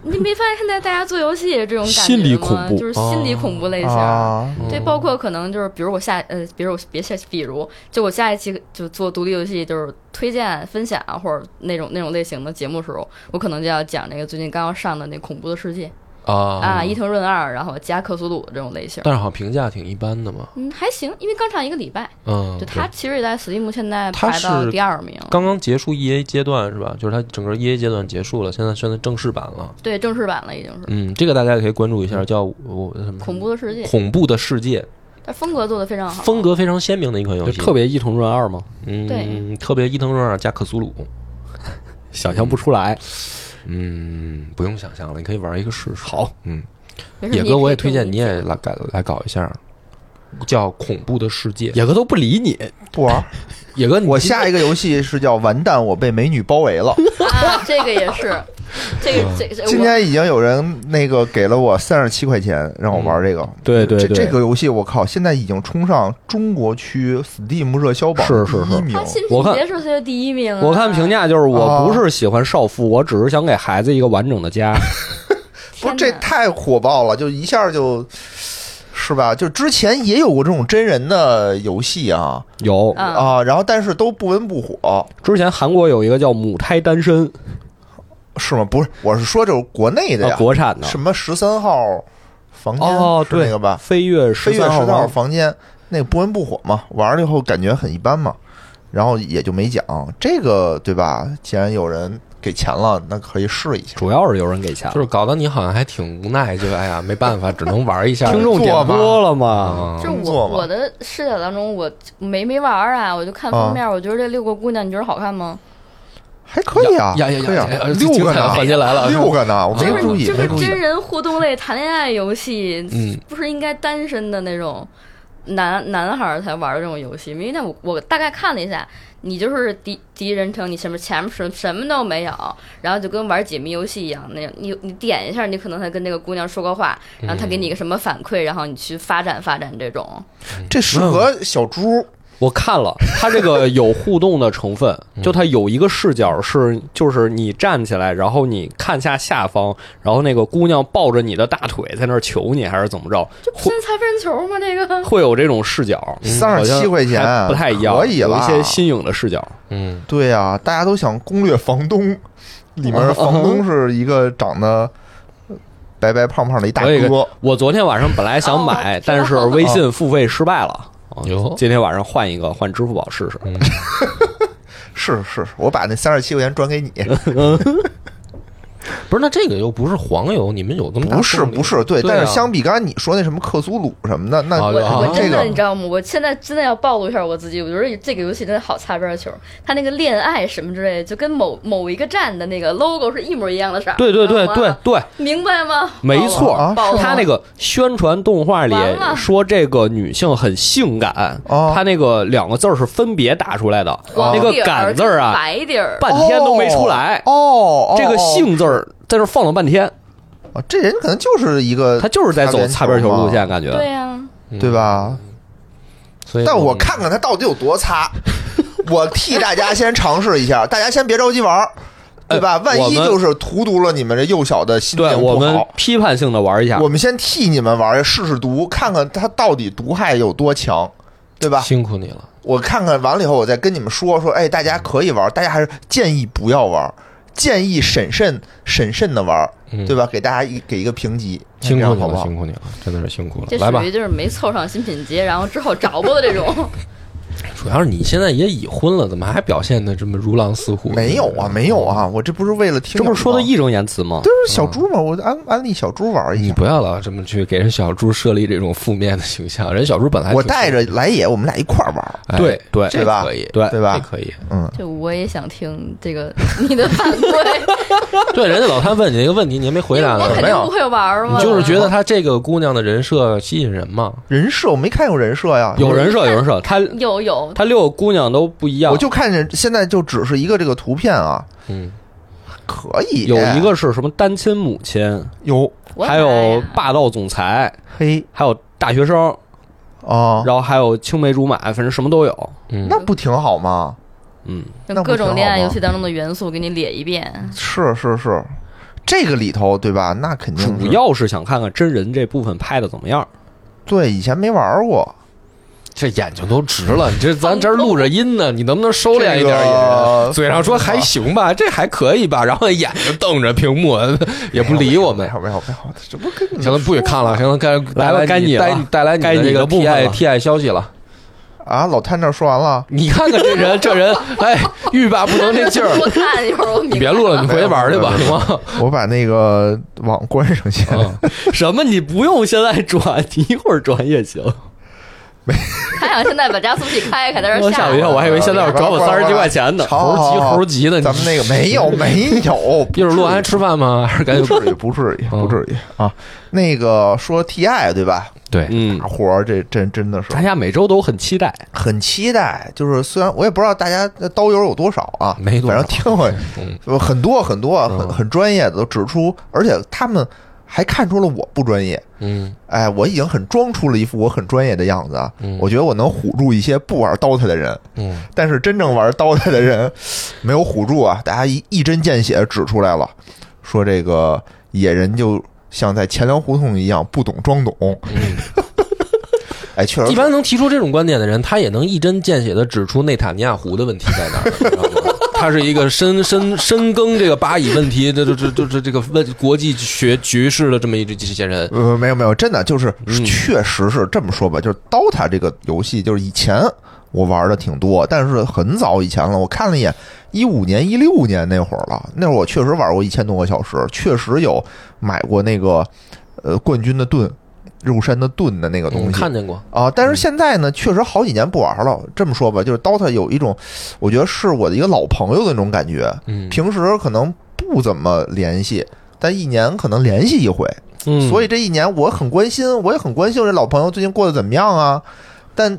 你没发现现在大家做游戏也是这种感觉吗？
心理恐怖哦
就是心理恐怖类型。
啊，
对，包括可能就是，比如我下呃，比如我别下，比如就我下一期就做独立游戏，就是推荐分享啊或者那种那种类型的节目时候，我可能就要讲那个最近刚刚上的那《恐怖的世界》
啊
啊，
哦
伊藤润二，然后加克苏鲁这种类型。
但是好像评价挺一般的嘛，
嗯，还行，因为刚上一个礼拜，
嗯，
就它其实也在 Steam 现在
它
排到
是
第二名，
刚刚结束 E A 阶段是吧？就是它整个 E A 阶段结束了，现在现在正式版了。
对，正式版了已经是。
嗯，这个大家也可以关注一下，叫我什么
恐怖的世界，啊
恐怖的世界，
它风格做的非常好，
风格非常鲜明的一款游
就
戏，
特别伊藤润二吗？
嗯，
对
特别伊藤润二加克苏鲁，
想象不出来。
嗯，不用想象了，你可以玩一个试试。
好，
嗯，
没事
野
你可
哥
以
我也推荐你
听
也来改来搞一下，叫恐怖的世界。
野哥都不理你，
不玩 儿。
野哥，你
我下一个游戏是叫《完蛋，我被美女包围了》。
啊，这个也是， 这
嗯
个这个这
今
我
天已经有人那个给了我三十七块钱让我玩这个。
嗯对对
这
对，
这个游戏我靠，现在已经冲上中国区 Steam 热销榜
是是是
第一名
他。新
我
品
看
别是他的第一名啊，
我看评价就是，我不是喜欢少妇，我只是想给孩子一个完整的家。
不是
天
这
哪
太火爆了，就一下就。是吧？就之前也有过这种真人的游戏啊、
有
啊
啊，然后但是都不温不火，
之前韩国有一个叫《母胎单身》
是吗？不是，我是说就是国内的呀，
啊，国产的
什么十三号房间
哦，
是
对，
那个吧？
飞跃
啊飞跃
13
十
号
三号房间那个不温不火嘛，玩了以后感觉很一般嘛，然后也就没讲这个对吧？既然有人给钱了，那可以试一下。
主要是有人给钱了，
就是搞得你好像还挺无奈，就哎呀没办法，只能玩一 下。
听众点播了嘛。
啊
就是
工作
我
嘛
我的视角当中，我没没玩儿啊，我就看封面，我觉得这六个姑娘，你觉得好看吗？
还可以啊，
呀呀呀
可以啊
呀呀
六个
精彩的
呢，哎
环节来了
六个
啊
呢，我
就
没
是
注意，
就
没
是
注意
真人互动类谈恋爱游戏，
嗯
不是应该单身的那种。男男孩儿才玩的这种游戏，因为那我我大概看了一下，你就是第第一人称，你前面前面什什么都没有，然后就跟玩解密游戏一样，那样你你点一下，你可能才跟那个姑娘说个话，然后她给你一个什么反馈，然后你去发展发展这种。
这适合小猪，
我看了，它这个有互动的 成分，
嗯
就它有一个视角是，就是你站起来，然后你看下下方，然后那个姑娘抱着你的大腿在那儿求你，还是怎么着？
这不是擦边球吗？这个
会有这种视角，
三十七块
还
钱
不太一样，
可以
有
了。
一些新颖的视角。
嗯，
对呀、大家都想攻略房东，里面
嗯
房东是一个长得白白胖胖的一大
我有一
哥
个，我昨天晚上本来想买，
哦
但是微信付费失败了。啊
哟
今天晚上换一个，换支付宝试试。
嗯是是，我把那三十七块钱转 给你，
不是，那这个又不是黄油，你们有那么大
不是
动力
不是，对，
对啊
但是相比刚才你说那什么克苏鲁什么的，那
啊
我
对啊
我
这
真的你
个
知道吗？我现在真的要暴露一下我自己，我觉得这个游戏真的好擦边球。它那个恋爱什么之类的，就跟某某一个站的那个 logo 是一模一样的色儿。
对对对
你知道
对
吗，
对，
明白吗？
没错哦
啊
暴露暴露
他那个宣传动画里
完了
说这个女性很性感，
哦
他那个两个字儿是分别打出来的，
黄
那个
底儿
感字儿
跟
啊，
白底儿。
半天都没出来。
哦，哦
这个
哦
性字儿在这放了半天，
哦这人可能就是一个
他就是在走擦边球路线，感嗯觉。
对呀、啊
对？吧？
所以，
但我看看他到底有多 擦，我替大家先尝试一下，大家先别着急玩儿，对吧？万一
哎我们
就是荼毒了你们这幼小的心
对
灵
我
不
们
好。
批判性的玩一下
我，们先替你们玩儿试试毒，看看它到底毒害有多强，对吧？
辛苦你了，
我看看完了以后，我再跟你们说说，哎，大家可以玩，大家还是建议不要玩，建议审慎审慎的玩，
嗯
对吧？给大家一给一个评级，
辛
这
苦
样
你
好不
了，
好？
辛苦你了，真的是辛苦了
这。
来吧
属于，就是没凑上新品节，然后之后着不的这种。
主要是你现在也已婚了，怎么还表现的这么如狼似虎？
没有啊，没有啊，我这不是为了听
这
你们吗，
不是说的义正言辞吗？
就是小猪嘛，我安安利小猪玩
嗯
一
你
下。
不要老这么去给人小猪设立这种负面的形象，人小猪本来
我
挺
带着来也，我们俩一块儿玩，
哎
对对
这
吧
可以，
对
对
这
吧？
可以。
嗯，
就我也想听这个你的反馈，
对，人家老谭问你一个问题，你还没回答
我肯
呢。
定不会玩
啊
嘛。
你就是觉得他这个姑娘的人设吸引人吗？
人设我没看过人设呀，
有人设，有人设，他
有有，
他六个姑娘都不一样，
我就看见现在就只是一个这个图片啊，
嗯，
可以哎
有一个是什么单亲母亲，
有
我的
还
妈
有
呀
霸道总裁，
嘿
还有大学生，
哦，
然后还有青梅竹马，反正什么都有。
嗯
那不挺好吗？
嗯，
那
用
不
各种
挺
恋
好
爱游
吗
戏当中的元素给你列一遍。
是是是，这个里头对吧？那肯定是
主要是想看看真人这部分拍的怎么样。
对，以前没玩过。
这眼睛都直了，你这咱这儿录着音呢，你能不能收敛一点
这
也
个
是？嘴上说还行吧，这还可以吧，然后眼睛瞪着屏幕，也不理我们
哎没。有没有没有，这不跟你
行了，不许看了，行了，该
来吧该你
你
了
带带来你
该
的
你
这
的
个
部
T
分
I
了
T I 消息了。
啊？老探这儿说完了，
你看看这人，这人，哎，欲罢不能这劲儿。
我看一会儿，我明白
你别录 了，你回去玩去吧，
没
行
有
吗？
我把那个网关上先。
嗯
什么？你不用现在转，你一会儿转也行。
他想现在把加速器开开，在这
我
儿吓
吓我一跳，我还以为现在要转我三十几块钱呢。
好
猴急猴急的，你
咱们那个没有没 有，
一会儿录完还吃饭吗？还是 赶
不
紧
至于，不至于，不
嗯
至于啊。那个说 TI 对吧？
对，
嗯
大，活儿这真真的是
哎
大家每周都很期待。
很期待，就是虽然我也不知道大家的刀友有多少啊，
没多
反
少
正听我
嗯
有很多很多啊很
嗯
很专业的都指出，而且他们还看出了我不专业。
嗯
哎，我已经很装出了一副我很专业的样子啊！
嗯
我觉得我能唬住一些不玩 DOTA 的人，
嗯，
但是真正玩 DOTA 的人没有唬住啊！大家一一针见血指出来了，说这个野人就像在钱粮胡同一样不懂装懂。哎，确实
嗯一般能提出这种观点的人，他也能一针见血的指出内塔尼亚胡的问题在哪儿，你知道吗？他是一个深 深深耕这个巴以问题，这这这这这这个问国际学局势的这么一这这些人，
呃，没有没有，真的就是
嗯
确实是这么说吧，就是 DOTA 这个游戏，就是以前我玩的挺多，但是很早以前了，我看了一眼，一五年、一六年那会儿了，那会儿我确实玩过一千多个小时，确实有买过那个呃冠军的盾、肉山的盾的那个
我
东西。
看见过，
啊，但
嗯
是现在呢，确实好几年不玩了。这么说吧，就是 DOTA 有一种，我觉得是我的一个老朋友的那种感觉。
嗯，
平时可能不怎么联系，但一年可能联系一回。
嗯，
所
以
以这一年我很关心，我也很关心我这老朋友最近过得怎么样啊，但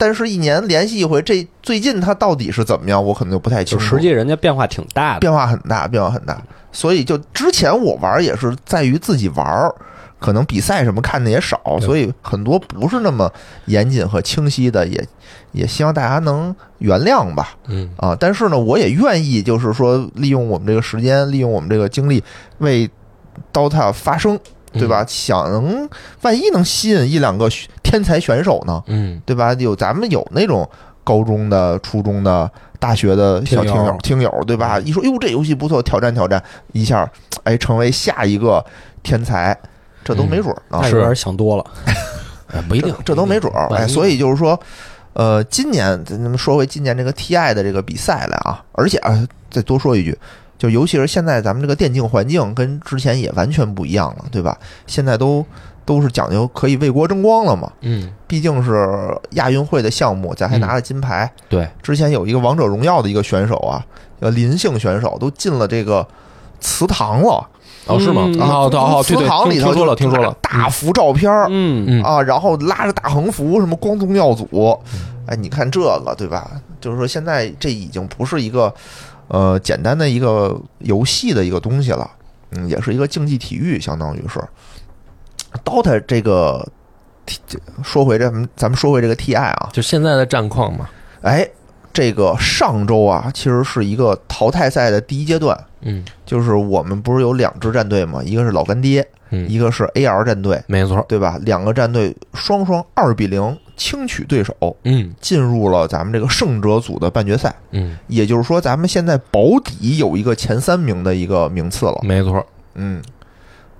但是，一年联系一回，这最近它到底是怎么样，我可能就不太清
就
楚。
实际人家变化挺大的。
变化很大，变化很大。所以就之前我玩也是在于自己玩儿，可能比赛什么看的也少，
对
所以很多不是那么严谨和清晰的，也也希望大家能原谅吧。
嗯，
啊，但是呢，我也愿意就是说利用我们这个时间，利用我们这个精力为 DOTA 发声，
嗯
对吧？想能万一能吸引一两个选天才选手呢，
嗯？
对吧？有咱们有那种高中的、初中的、大学的小听
听友
友，听友对吧？
嗯
一说哟，这游戏不错，挑战挑战一下，哎，成为下一个天才，这都没准儿呢。
那
是
有点想多了，
嗯，哎不嗯一定，
这都没准儿。
不一
哎，
定
所以就是说，呃，今年咱们说回今年这个 TI 的这个比赛来啊，而且啊、再多说一句，就尤其是现在咱们这个电竞环境跟之前也完全不一样了，对吧？现在都都是讲究可以为国争光了嘛，
嗯，
毕竟是亚运会的项目，咱还拿了金牌。
对，
之前有一个王者荣耀的一个选手啊，呃，林姓选手都进了这个祠堂了，
哦是吗？
嗯
哦，对哦，
祠
对对，
堂里
听
头
听说
就
了，听说了，
大大幅照片儿，
嗯，
嗯，
啊，然后拉着大横幅，什么光宗耀祖，哎，你看这个对吧？就是说现在这已经不是一个呃简单的一个游戏的一个东西了，嗯，也是一个竞技体育，相当于是。DOTA 这个，说回这，咱们说回这个 TI 啊，
就现在的战况嘛，
哎，这个上周啊，其实是一个淘汰赛的第一阶段，
嗯
就是我们不是有两支战队嘛，一个是老干爹，
嗯，
一个是 AR 战队，
没错，
对吧？两个战队双双二比零轻取对手，
嗯
进入了咱们这个胜者组的半决赛。
嗯，
也就是说，咱们现在保底有一个前三名的一个名次了。
没错，
嗯，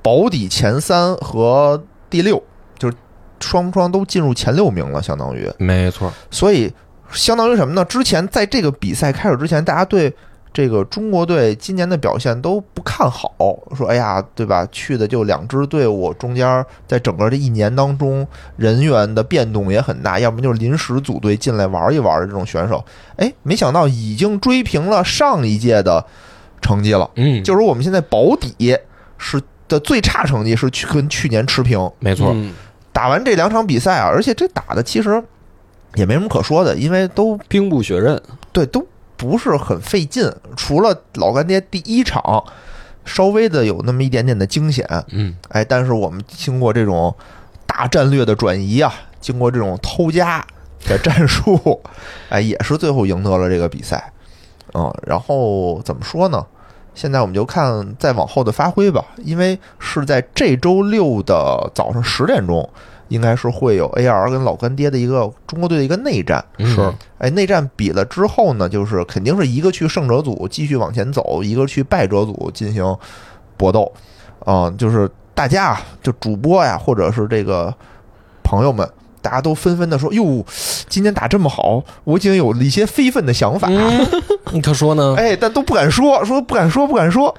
保底前三和第六，就是双双都进入前六名了，相当于。
没错，
所以相当于什么呢？之前在这个比赛开始之前，大家对这个中国队今年的表现都不看好，说哎呀，对吧？去的就两支队伍，中间在整个这一年当中，人员的变动也很大，要么就是临时组队进来玩一玩的这种选手。哎，没想到已经追平了上一届的成绩了，
嗯，
就是我们现在保底是的最差成绩是去跟去年持平。
没错，
嗯
打完这两场比赛啊，而且这打的其实也没什么可说的，因为都
兵不血刃，
对都不是很费劲，除了老干爹第一场稍微的有那么一点点的惊险，
嗯
哎，但是我们经过这种大战略的转移啊，经过这种偷家的战术， 哎，也是最后赢得了这个比赛。嗯，然后怎么说呢？现在我们就看再往后的发挥吧，因为是在这周六的早上十点钟，应该是会有 AR 跟老干爹的一个中国队的一个内战。
是，
哎，内战比了之后呢，就是肯定是一个去胜者组继续往前走，一个去败者组进行搏斗。嗯、就是大家啊，就主播呀，或者是这个朋友们，大家都纷纷的说：“哟，今天打这么好，我已经有了一些非分的想法。
嗯，你可说呢？
哎，但都不敢说，说不敢说，不敢说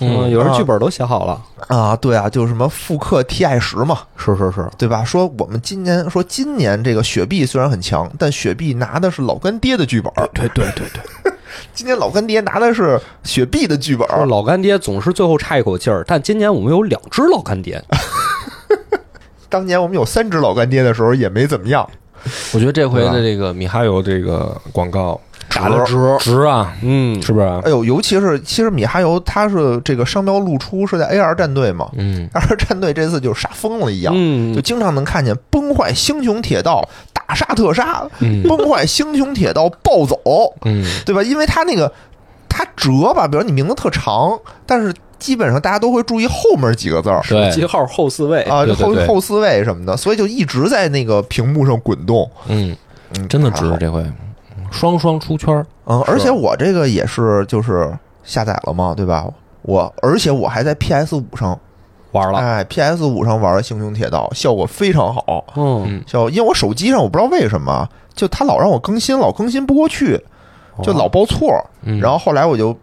嗯，
嗯
有人剧本都写好了，
啊！对啊，就是什么复刻 TI 十嘛，
是是是，
对吧？说我们今年说今年这个雪碧虽然很强，但雪碧拿的是老干爹的剧本，
对对对对，
今年老干爹拿的是雪碧的剧本，
就是老干爹总是最后差一口气儿，但今年我们有两只老干爹，
当年我们有三只老干爹的时候也没怎么样，
我觉得这回
对吧
的这个米哈游这个广告
打了折，
值啊，
嗯，
是不是？
哎呦，尤其是其实米哈游他是这个商标露出是在 AR 战队嘛
嗯，
，AR 战队这次就傻疯了一样，
嗯
就经常能看见崩坏星穹铁道大杀特杀，
嗯
崩坏星穹铁道暴走，
嗯，
对吧？因为他那个他折吧，比如你名字特长，但是基本上大家都会注意后面几个字儿。
记
对，
号后四位，
啊，
对对
后
对
后四位什么的，所以就一直在那个屏幕上滚动，
嗯，
嗯
真的
还
值
好
这回，双双出圈儿，
嗯，而
是
且我这个也是就是下载了嘛，对吧？我而且我还在 PS 五上，
玩了，
哎，PS 五上玩了《星穹铁道》，效果非常好。
嗯，
效，因为我手机上我不知道为什么，啊就它老让我更新，老更新不过去，就老报错。
哦嗯，
然后后来我就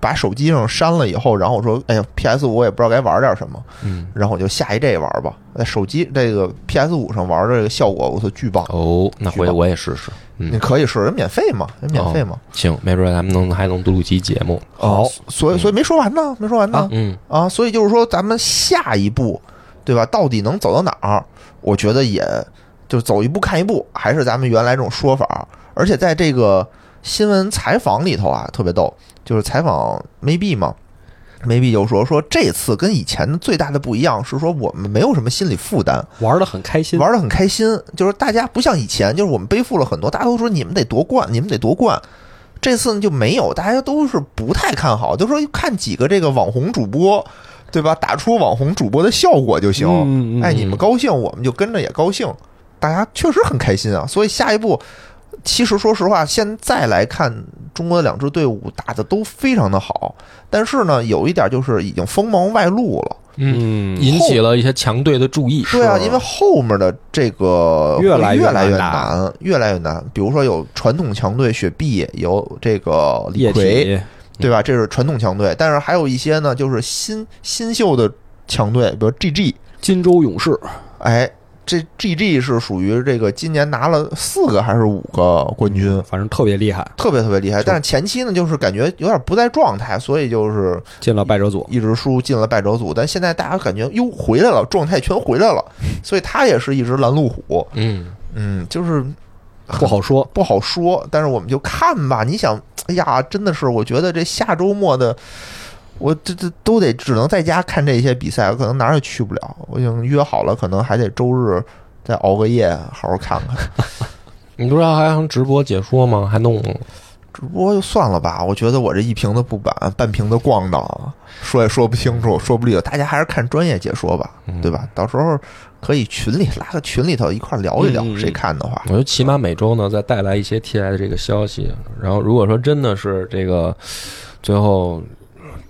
把手机上删了以后，然后我说，哎呀，PS 五我也不知道该玩点什么，
嗯，
然后我就下一这玩吧。在手机这个 PS 五上玩的这个效果，我操，巨棒！
哦，那
举
回
报
我也试试，
你
嗯，哦
可以试，人免费嘛，人免费嘛。
行，没准咱们能还能录期节目，
哦，
好
所以所以没说完呢，没说完呢。
嗯，
啊，所以就是说咱们下一步，对吧？到底能走到哪儿？我觉得也就走一步看一步，还是咱们原来这种说法。而且在这个新闻采访里头啊，特别逗，就是采访 Maybe 嘛，Maybe 就说说这次跟以前的最大的不一样是说我们没有什么心理负担，
玩的很开心。
玩的很开心，就是大家不像以前，就是我们背负了很多，大家都说你们得夺冠，你们得夺冠。这次呢就没有，大家都是不太看好，就说看几个这个网红主播，对吧？打出网红主播的效果就行。
嗯嗯
哎，你们高兴，我们就跟着也高兴，大家确实很开心啊。所以下一步，其实说实话，现在来看，中国的两支队伍打的都非常的好，但是呢，有一点就是已经锋芒外露了。
嗯，
引起了一些强队的注意。
对啊，因为后面的这个
越
来
来越
越越
难打
难，越来越难。比如说有传统强队雪碧，有这个李
液
逵，
体
对吧？这是传统强队，但是还有一些呢，就是新新秀的强队，比如 GG，
金州勇士
哎，这 GG 是属于这个今年拿了四个还是五个冠军，
反正特别厉害，
特别特别厉害。但是前期呢，就是感觉有点不在状态，所以就是
进了败者组。
一直输进了败者组，但现在大家感觉哟回来了，状态全回来了，所以他也是一只拦路虎。
嗯，
嗯，就是
不好说，
不好说，但是我们就看吧。你想，哎呀，真的是，我觉得这下周末的，我这这都得只能在家看这些比赛，可能哪儿也去不了。我已经约好了，可能还得周日再熬个夜，好好看看。
你不是还想直播解说吗？还弄
直播就算了吧，我觉得我这一瓶子不板，半瓶子逛荡，说也说不清楚，说不利索，大家还是看专业解说吧，对吧？到时候可以群里拉个群里头一块儿聊一聊，
嗯嗯嗯
谁看的话，
我就起码每周呢再带来一些 TI 的这个消息。然后如果说真的是这个最后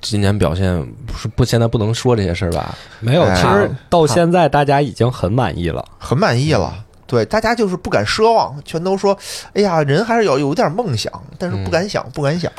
今年表现不是不现在不能说这些事儿吧？
没有。
哎
其实到现在大家已经很满意了。
很满意了。对，大家就是不敢奢望，全都说：“哎呀，人还是有有点梦想，但是不敢想，不敢想，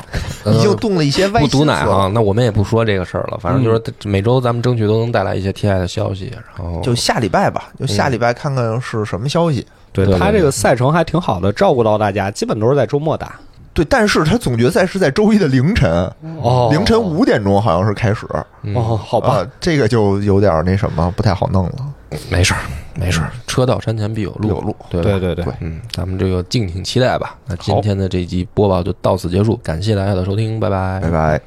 呃
嗯
已经动了一些歪
不
心
毒
思
奶
了。嗯
啊，那我们也不说这个事儿了。反正就是每周咱们争取都能带来一些 TI 的消息。然后
就下礼拜吧，就下礼
嗯
拜看看是什么消息。
对
对
他
对
这个赛程还挺好的，照顾到大家，基本都是在周末打。
对，但是他总决赛是在周一的凌晨，
哦
凌晨五点钟好像是开始。
嗯
哦，好吧，
呃这个就有点那什么，不太好弄了。
没事儿，没事儿，车到山前必有路，
有路，
对吧
对对对
对，
嗯，咱们这个敬请期待吧。那今天的这一集播报就到此结束，感谢大家的收听，拜拜，
拜拜。